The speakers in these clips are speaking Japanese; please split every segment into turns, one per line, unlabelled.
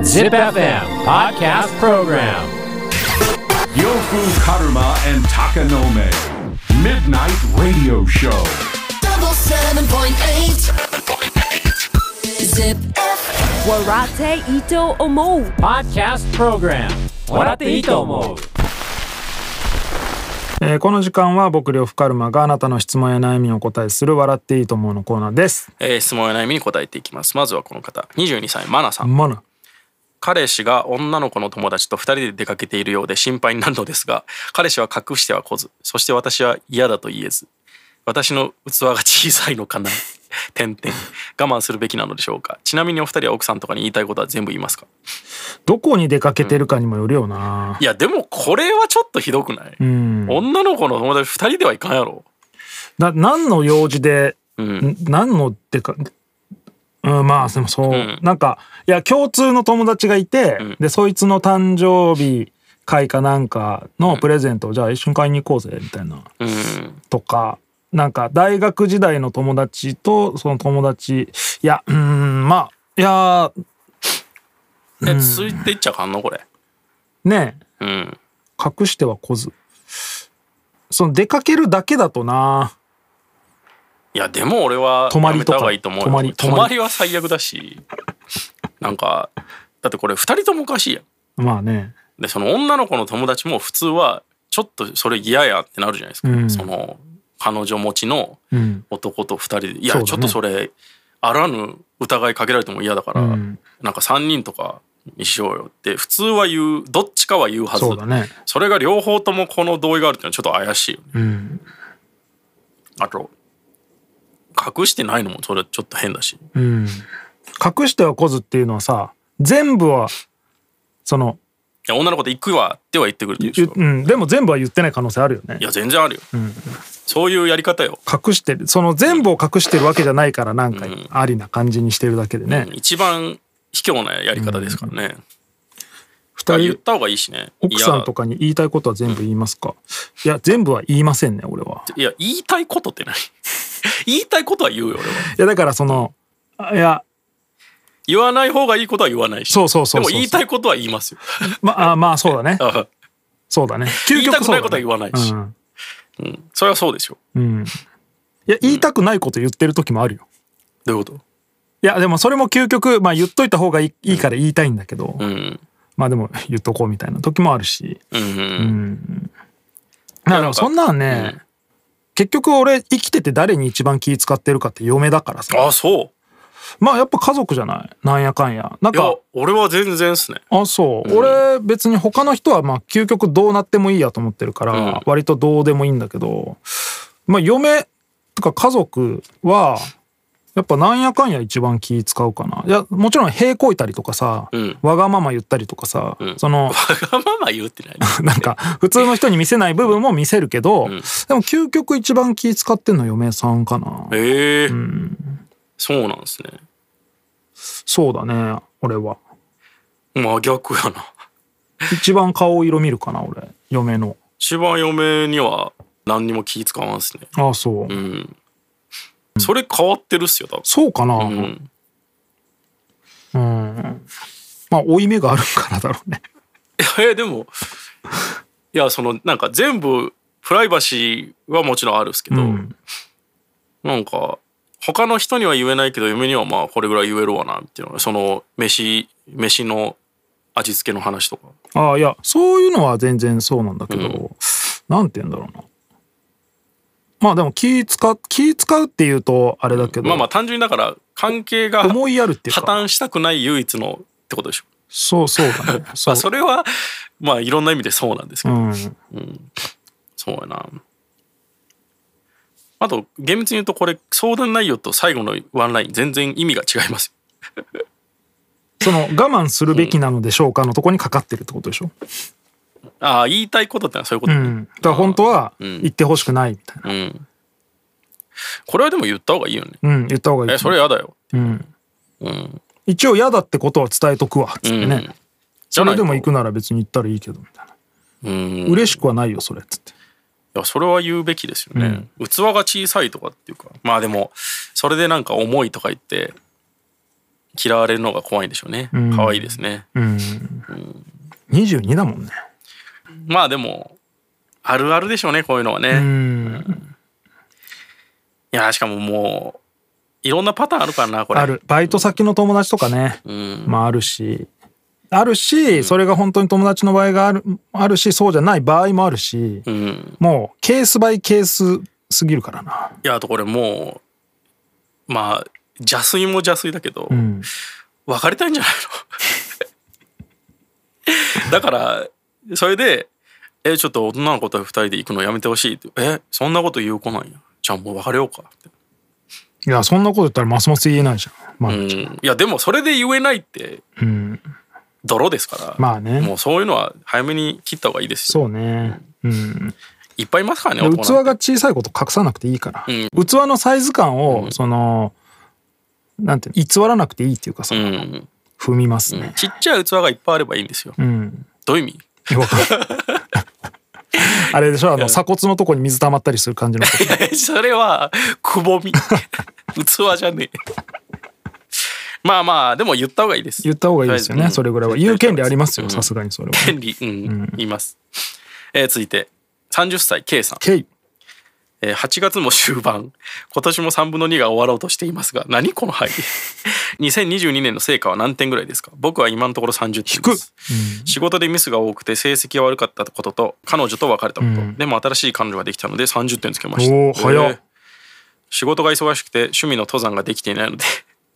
ZipFM Podcast Program
Yofu Karuma and Takanome. Midnight Radio Show.
double seven point eight. Zip.
Warate Ito Omo.
Podcast Program 笑っていいと思う
えーこの時間は僕呂布カルマがあなたの質問や悩みにお答えする笑っていいと思うのコーナーです。
えー質問や悩みに答えていきますまずはこの方22歳マナさん、
まな。
彼氏が女の子の友達と2人で出かけているようで心配になるのですが彼氏は隠しては来ずそして私は嫌だと言えず私の器が小さいのかな 点々我慢するべきなのでしょうかちなみにお二人は奥さんとかに言いたいことは全部言いますか
どこに出かけてるかにもよるよな。
いやでもこれはちょっとひどくない、
うん。
女の子の友達2人ではいかんやろ
な何の用事で、
うん
ん何の出か。うん、まあでもそう、
ん
なんかいや共通の友達がいて、
ん
でそいつの誕生日会かなんかのプレゼントを、じゃあ一緒に買いに行こうぜみたいな
うん
とかなんか大学時代の友達とその友達いやうーんまあいや
え続いていっちゃあかんのこれ
ねえ
うん
隠しては来ずその出かけるだけだとない
やでも俺は
泊まり
やめ
と
た方
か
がいいと思うよ
泊まり
泊
泊
ま
まり
りは最悪だしなんかだってこれ2人ともおかしいやん
まあね
でその女の子の友達も普通はちょっとそれ嫌やってなるじゃないですか、
うん
その彼女持ちの
うん
男と2人でいや、
そうだね
ちょっとそれあらぬ疑いかけられても嫌だから、
うん
なんか3人とかにしようよって普通は言うどっちかは言うはず
そうだね
それが両方ともこの同意があるっていうのはちょっと怪しいよね
うん
あと隠してないのもそれちょっと変だし
うん隠しては来ずっていうのはさ全部はその
いや女の子と行くわっては言ってくるでし
ゆ
ょ
うんでも全部は言ってない可能性あるよね
いや全然あるよ、そういうやり方よ
隠してるその全部を隠してるわけじゃないからなんかありな感じにしてるだけでね
一番卑怯なやり方ですからね、
二
言っ
人
た方がいいしね
奥さんと
か
かに言いたいことは全部言いますかいや全部は言いませんね俺はい
やいや言いたいことってない 言いたいことは言うよ俺はい
やだからそのあいや
言わない方がいいことは言わないし
そうそうそうそう
でも言いたいことは言いますよ
まあまあそうだね
あ
そうだね
言
究
いた
極
く
そう
な
だ
い
ね
ことは言わないし
うん
うんそれはそうですよ
うんいや言いたくないこと言ってる時もあるよ
どういうこ
いやでもそれも究極まあ言っといた方がいいいいから言いたいんだけど
とうん
まあでも言っとこうみたいな時もあるし
うん、
まあでもそんなのね結局俺生きてて誰に一番気使ってるかって嫁だからさ
あそう
まあやっぱ家族じゃないなんやかんやなん
いや
か
俺は全然っすね
あそう、俺別に他の人はまあ究極どうなってもいいやと思ってるから、
うん
割とどうでもいいんだけどまあ嫁とか家族はやっぱなんやかんや一番気使うかないやもちろん屁こいたりとかさ、
うん
わがまま言ったりとかさ、
ん
その
わがまま言うってない
なんか普通の人に見せない部分も見せるけど、でも究極一番気使ってんのは嫁さんかな
ええそうなんですね
そうだね俺は
真逆やな
一番顔色見るかな俺嫁の
一番嫁には何にも気使わんっすね
ああそう、
うんそれ変わってるっすよ多分
そうかな、
うん、
うんまあ負い目があるからだろうね。
いやでもいやそのなんか全部プライバシーはもちろんあるっすけど、
うん
なんか他の人には言えないけど嫁にはまあこれぐらい言えるわなっていうのがその飯飯の味付けの話とか
ああいやそういうのは全然そうなんだけど、なんて言うんだろうな。まあでも気使う気使うっていうとあれだけど、
まあまあ単純にだから関係が
思いやるっていう
破
か
綻したくない唯一のってことでしょ
そうそうだね。
ま
そう
あそれはまあいろんな意味でそうなんですけ
う
ど、
ん、
そうやなあと厳密に言うとこれ相談内容と最後のワンライン全然意味が違います
その我慢するべきなのでしょうかのとこにかかってるってことでしょ。
ああ言いたいことってのはそういうこ
う
とね、
ん、だから本当は
ん
言ってほしくないみたいな。
うんこれはでも言った方がいいよね
うん言った方がいいと思
え
う。
それやだよ
うん、
うん
一応嫌だってことは伝えとくわっつってね。
うんじ
そ
ゃない
れ
と
でも行くなら別に行ったらいいけどみたいな。
うんい
嬉しくはないよそれっつって。
やそれは言うべきですよね、器が小さいとかっていうかまあでもそれでなんか重いとか言って嫌われるのが怖いんでしょうね
ん
可愛いですね、
うん22だもんね
まあでもあるあるでしょうねこういうのはね、
う
い
ん
やしかももういろんなパターンあるからなこれ
あるバイト先の友達とかね
うん
まああるしあるしそれが本当に友達の場合があるあるしそうじゃない場合もあるし
うん
もうケースバイケースすぎるからない
やあとこれもうまあ邪推も邪推だけど、
うん
別れたいんじゃないの だからそれで「えちょっと女の子と二人で行くのやめてほしい」って「えそんなこと言う子なんやじゃあもう別れようか」って
いやそんなこと言ったらますます言えないじゃんまあ
うんいやでもそれで言えないって
うん
泥ですから
まあね
もうそういうのは早めに切った方がいいですよ
そうねうん
いっぱいいますからね
で
男
器
なんて
が小さいこと隠さなくていいから、
ん
器のサイズ感を、そのなんていうの偽らなくていいっていうかさ、
うん
踏みます
うん
ね
ちっちゃい器がいっぱいあればいいんですよ
うん、
どういう意味
わ かるあれでしょあの鎖骨のとこに水溜まったりする感じのこと
え それはくぼ み器じゃねえまあまあでも言った方がいいです
言った方がいいですよね、
うん
それぐらいは言う権利ありますよ
うん
さすがにそれは
権利うん、言います、えー続いて30歳 K さん、
K
えー8月も終盤今年も3分の2が終わろうとしていますが何この 配慮2022年の成果は何点ぐらいですか僕は今のところ30点です、仕事でミスが多くて成績が悪かったことと彼女と別れたこと、でも新しい彼女ができたので30点つけました
おー早っ
仕事が忙しくて趣味の登山ができていないので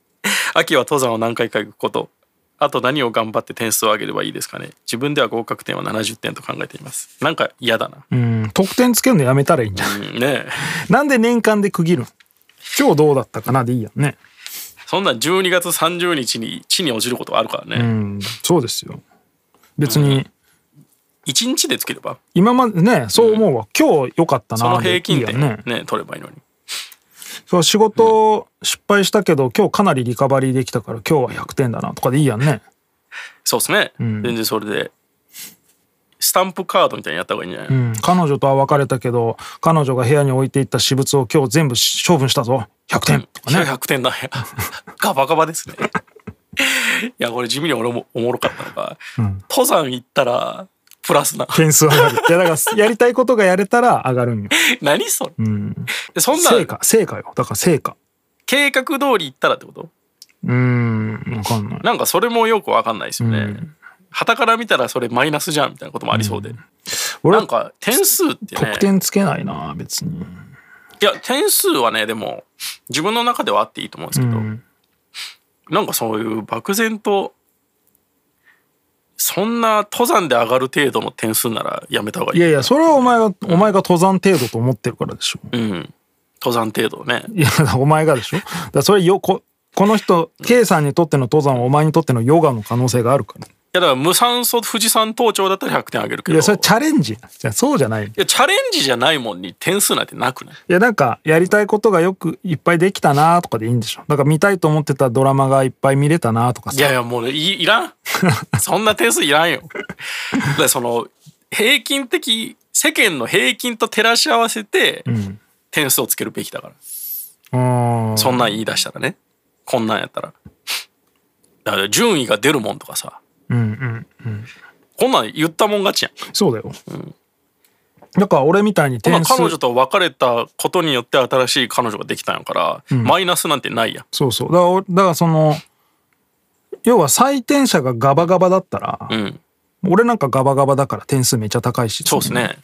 秋は登山を何回か行くことあと何を頑張って点数を上げればいいですかね自分では合格点は70点と考えていますなんか嫌だな、
うん得点つけるのやめたらいいんじゃん
うん、ねえ
なんで年間で区切るん今日どうだったかなでいいやんね
そんなん12月30日に地に落ちることあるから
う
ね、
んそうですよ別に、
一1日でつければ
今までねそう思うわ、今日良かったな
その平均
でい
点
いやん
ね
ね
取ればいいのに
そう仕事失敗したけど今日かなりリカバリーできたから今日は100点だなとかでいいやんね
そうですね、
ん
全然それでスタンプカードみたいにやった方がいいんじゃない、
うん、彼女とは別れたけど彼女が部屋に置いていった私物を今日全部処分したぞ100点とかね、
100点だね ガバガバですねいやこれ地味に俺もおもろかったのが、登山行ったらプラスな
点数上がるいやだからやりたいことがやれたら上がるんよ、
何それ、
うん、
でそんな
成果成果よだから成果
計画通り行ったらってこと
うーんわかんない
なんかそれもよくわかんないですよね、旗から見たらそれマイナスじゃんみたいなこともありそうで、
俺
なん
は
か点数ってね
得点つけないな別に
いや点数はねでも自分の中ではあっていいと思うんですけど、なんかそういう漠然とそんな登山で上がる程度の点数ならやめた方がい
い
い
やいやそれはお前がお前が登山程度と思ってるからでしょ
うん、登山程度ね
いや、お前がでしょ。だからそれよこ、この人、K さんにとっての登山はお前にとってのヨガの可能性があるから。
いやだから無酸素富士山登頂だったら100点あげるけ
い
ど
や、それチャレンジ。じゃあそうじゃない。い
いやチャレンジじゃないもんに点数なんてなくない
や、なんか、やりたいことがよくいっぱいできたなとかでいいんでしょ。だから見たいと思ってたドラマがいっぱい見れたなとか
いや
さ。
いやもうい いらんそんな点数いらんよだからその平均的世間の平均と照らし合わせて点数をつけるべきだから、
うーん。
そんなん言い出したらねこんなんやったらだから順位が出るもんとかさ
うんうん。
こんなん言ったもん勝ちやん
そうだよ。だから俺みたいに
こんなん
点数
彼。女と別れたことによって新しい彼女ができたんやから、マイナスなんてないやん
そうそう。だからお、だからその、要は採点者がガバガバだったら、
うん
俺なんかガバガバだから点数めっちゃ高いし。
そうですね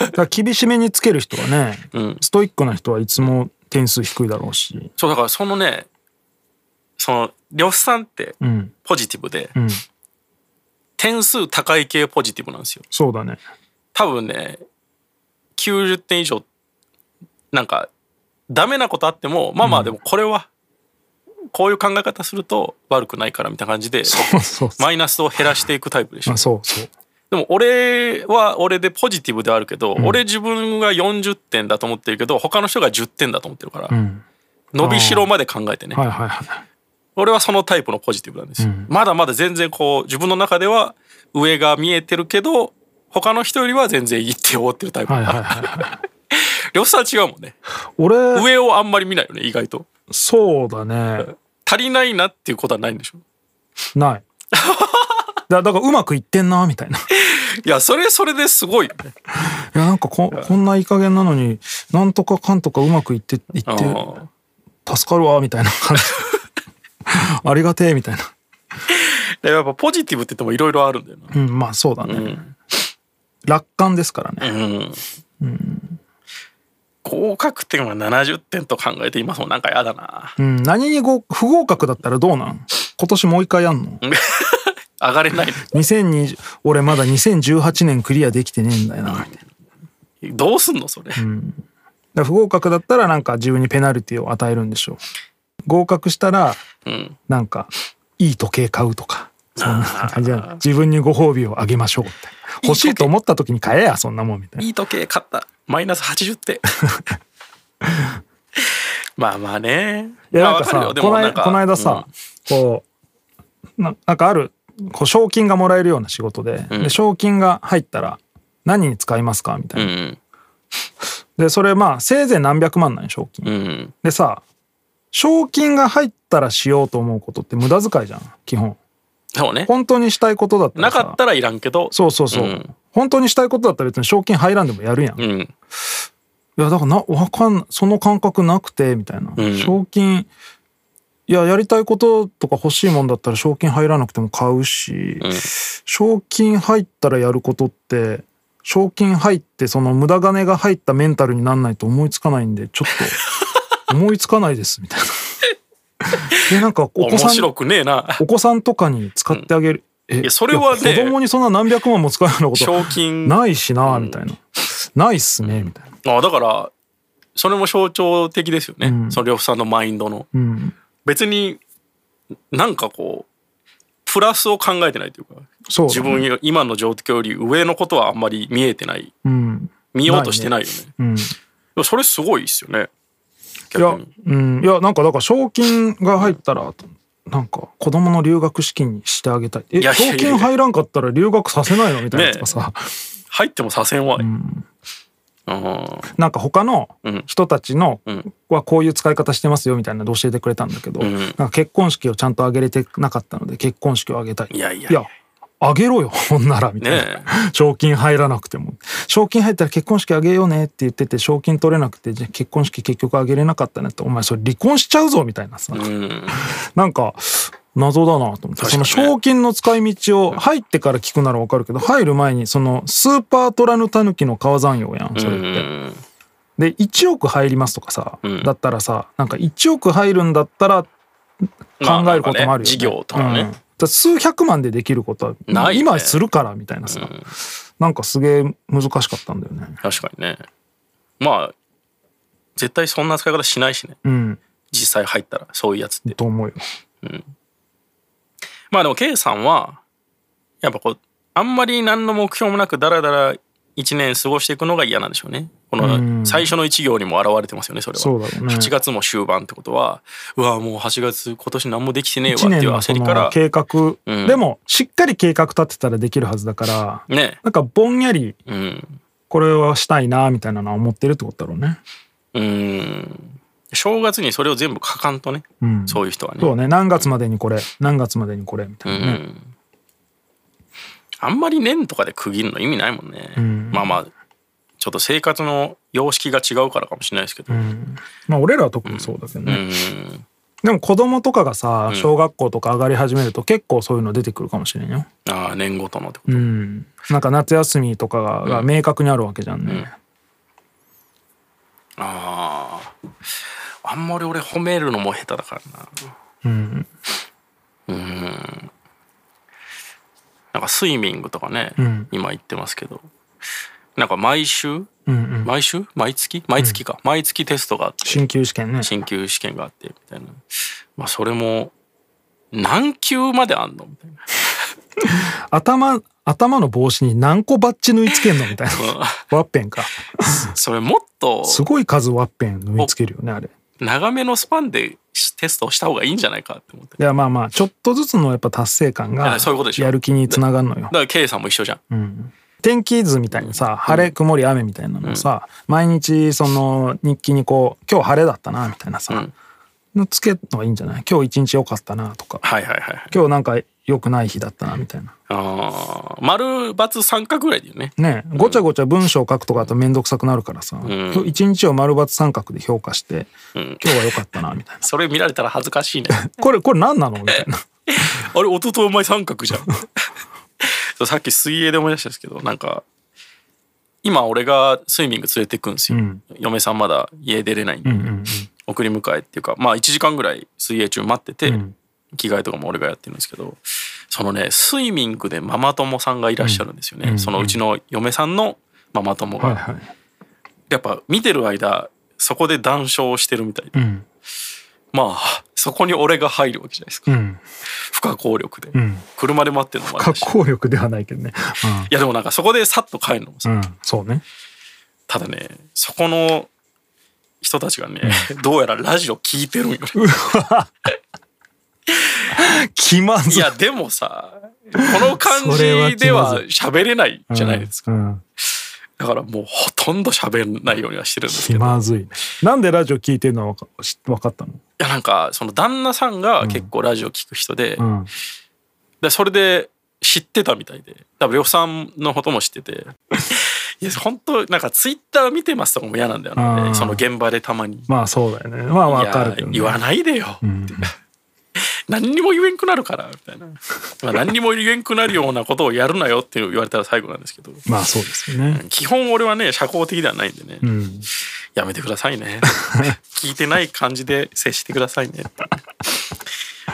だから厳しめにつける人はね、
うん
ストイックな人はいつも点数低いだろうし、
そうだからそのねその呂布さんって
うん
ポジティブで、
ん
点数高い系ポジティブなんですよ
そうだね
多分ね90点以上なんかダメなことあってもまあまあでもこれは、こういう考え方すると悪くないからみたいな感じで
そうそうそう、
マイナスを減らしていくタイプでしょ
あ、そうそう
でも俺は俺でポジティブではあるけど、俺自分が40点だと思ってるけど他の人が10点だと思ってるから、伸びしろまで考えてね
はいはいはい
俺はそのタイプのポジティブなんですよ、まだまだ全然こう自分の中では上が見えてるけど他の人よりは全然いいって思ってるタイプ、
はいはいはいはい
両さは違うもんね
俺
上をあんまり見ないよね意外と
そうだね
足りないなっていうことはないんでしょ
ない だだからうまくいってんなみ たいない
やそれそれですごいよね
いやなんかここんないい加減なのになんとかかんとかうまくいっていって
あー
助かるわみたいな感じ ありがてえみたいな、
でやっぱポジティブって言ってもいろいろあるんだよな
うん、まあそうだね、楽観ですからね
うん合格点は70点と考えて今もなんかやだな
うん何にご不合格だったらどうなん今年もう一回やんの
上がれない
2020俺まだ2018年クリアできてねえんだよなだか
どうすんのそれ、
ら不合格だったらなんか自分にペナルティを与えるんでしょう合格したら
うん
なんかいい時計買うとかそんな感じなの自分にご褒美をあげましょうみたいな欲しいと思った時に買えやそんなもんみたいない
い時計買ったマイナス80点 まあまあね
いやなんかさ、
まあわるよでも
こな
ないんか
この間さ、こうななんかあるこう賞金がもらえるような仕事で,、
ん
で賞金が入ったら何に使いますかみた
う
いな、
ん
でそれまあせいぜい何百万なんよ賞金、
うん
でさ賞金が入ったらしようと思うことって無駄遣いじゃん基本
そうね
本当にしたいことだったら
な
さ
かったらいらんけど
そうそうそう、
うん
本当にしたいことだったら別に賞金入らんでもやるやん、い
うん
やだからなわかんその感覚なくてみたいな、
うん
賞金いややりたいこととか欲しいもんだったら賞金入らなくても買うし、
うん
賞金入ったらやることって賞金入ってその無駄金が入ったメンタルになんないと思いつかないんでちょっ と思いつかないですみたいな。でなんかお
面
子さん
白くねえな
お子さんとかに使ってあげる、え
いやそれはね
いや子供にそんな何百万も使うようなこと
賞金
ないしなみたいな、ないっすねみたいな、
あだからそれも象徴的ですよね、
うん
その呂布さんのマインドの
うん、
別になんかこうプラスを考えてないというか
そうだ
自
ね
分よ今の状況より上のことはあんまり見えてない
うん
見ようとしてないよね
うん
でもそれすごいですよね
いや
逆に、
うん、いやなんかだから賞金が入ったらなんか子供の留学資金にしてあげたいえ
いやいやいや
賞金入らんかったら留学させないのみたいなやつがさ、
入っても左遷は、あ
なんか他の
ん
人たちの
ん
はこういう使い方してますよみたいなの教えてくれたんだけど、
ん
なんか結婚式をちゃんとあげれてなかったので結婚式をあげたい
いやいや
いやあげろよほんならみたいな、
ね
賞金入らなくても賞金入ったら結婚式あげようねって言ってて賞金取れなくてじゃあ結婚式結局あげれなかったねってお前それ離婚しちゃうぞみたいなさ、
ーうん
なんか謎だなと思って、
確か
そ
に
の
ね
賞金の使い道を入ってから聞くならわかるけど入る前にそのスーパートラヌタヌキの川山用やんそれって。
うん
で1億入りますとかさ、
うん
だったらさなんか1億入るんだったら
ま
考えることもあるよね。
なんかね事業とかね
うんだら数百万でできることは、
ないよね
今するからみたいなさ、なんかすげえ難しかったんだよね。
確かにねまあ絶対そんな使い方しないしね
うん、
実際入ったらそういうやつって
と思うよ。
まあでも K さんはやっぱこうあんまり何の目標もなくダラダラ1年過ごしていくのが嫌なんでしょうねこの最初の1行にも表れてますよねそれは
そうだろうね
8月も終盤ってことはうわもう8月今年何もできてねえ
1
わってい
年
う
のそ
焦りから
の計画、
うん
でもしっかり計画立てたらできるはずだから
ね
なんかぼんやり
うん
これはしたいなみたいなのは思ってるってことだろうね。
うん正月にそれを全部書かんとね、
ん
そういう人はね
そうね何月までにこれ何月までにこれみたいなね。
うんあんまり年とかで区切るの意味ないもんね、まあまあちょっと生活の様式が違うからかもしれないですけど、
まあ俺らは特にそうだけどね。
うん
でも子供とかがさ小学校とか上がり始めると結構そういうの出てくるかもしれんよ。
ああ年ごとのってこと、
うん、なんか夏休みとかがが明確にあるわけじゃんね。
あああんまり俺褒めるのも下手だからなうんなんかスイミングとかね、
ん
今言ってますけどなんか毎週、毎週毎月毎月か、毎月テストがあって
進級試験ね。
進級試験があってみたいなまあそれも何級まであんのみたいな
頭頭の帽子に何個バッチ縫い付けんのみたい な。ワッペンか。
それもっと
すごい数ワッペン縫い付けるよねあれ。
長めのスパンでテストをした方がいいんじゃないかって思って
いやまあまあちょっとずつのやっぱ達成感
い
が
やそういうことでしょ
やる気につながるのよ
だ。から K さんも一緒じゃん、
天気図みたいにさ晴れ曇り雨みたいなのをさ毎日その日記にこう今日晴れだったなみたいなさのつけるのがいいんじゃない今日一日良かったなとか
はいはいはいはい
今日なんか良くない日だったなみたいな
あー丸×三角ぐらいだよね
ねごちゃごちゃ文章を書くとかだと面倒くさくなるからさ、今日一日を丸×三角で評価して、今日は良かったなみたいな
それ見られたら恥ずかしいね
これこれ何なのみたい な
あれ弟お前三角じゃん そうさっき水泳で思い出したんですけどなんか今俺がスイミング連れてくんですよ、嫁さんまだ家出れないんで、送り迎えっていうかまあ1時間ぐらい水泳中待ってて、着替えとかも俺がやってるんですけどそのねスイミングでママ友さんがいらっしゃるんですよね、そのうちの嫁さんのママ友が、
はい
やっぱ見てる間そこで談笑してるみたいで、
ん
まあそこに俺が入るわけじゃないですか、
うん
不可抗力で、
ん
車で待ってるのもある
加
しい
工力ではないけどね
やでもなんかそこでさっと帰るのもさ、
うん、うん、そうね
ただねそこの人たちがね、どうやらラジオ聞いてるんよね
気まず
いやでもさこの感
それは
じ
気
で
ま
は
ず
喋れないじゃないですか、
うんうん
だからもうほとんど喋んないようにはしてるんですけ
気
どい
まずいねなんでラジオ聞いてるのは分かし分かったの
やなんかその旦那さんが結構ラジオ聞く人で、
うん
でそれで知ってたみたいで多分呂布さんのことも知ってて いや本当なんかツイッター見てますとかも嫌なんだよ
あ
な、
ー
その現場でたまに「
まあそうだよねまあ分かるけど、ね、
いや言わないでよ」って 何にも言えんくなるから」みたいな「まあ、何にも言えんくなるようなことをやるなよ」って言われたら最後なんですけど
まあそうですよね
基本俺はね社交的ではないんでね、
うん
やめてくださ いね聞いてない感じで接してくださいね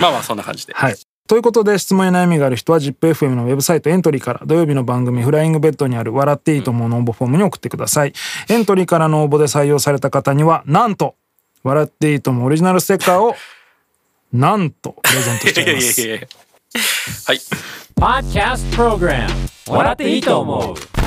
まあまあそんな感じで
はい。ということで質問や悩みがある人は ZIPFM のウェブサイトエントリーから土曜日の番組「フライングベッド」にある「笑っていいと思う」の応募フォームに送ってくださいエントリーからの応募で採用された方にはなんと「笑っていいと思う」オリジナルステッカーをなんとプレゼントし
い
ち
や
ゃい
いや
ま
い
す
やいやはい
Podcast Program 笑っていいと思う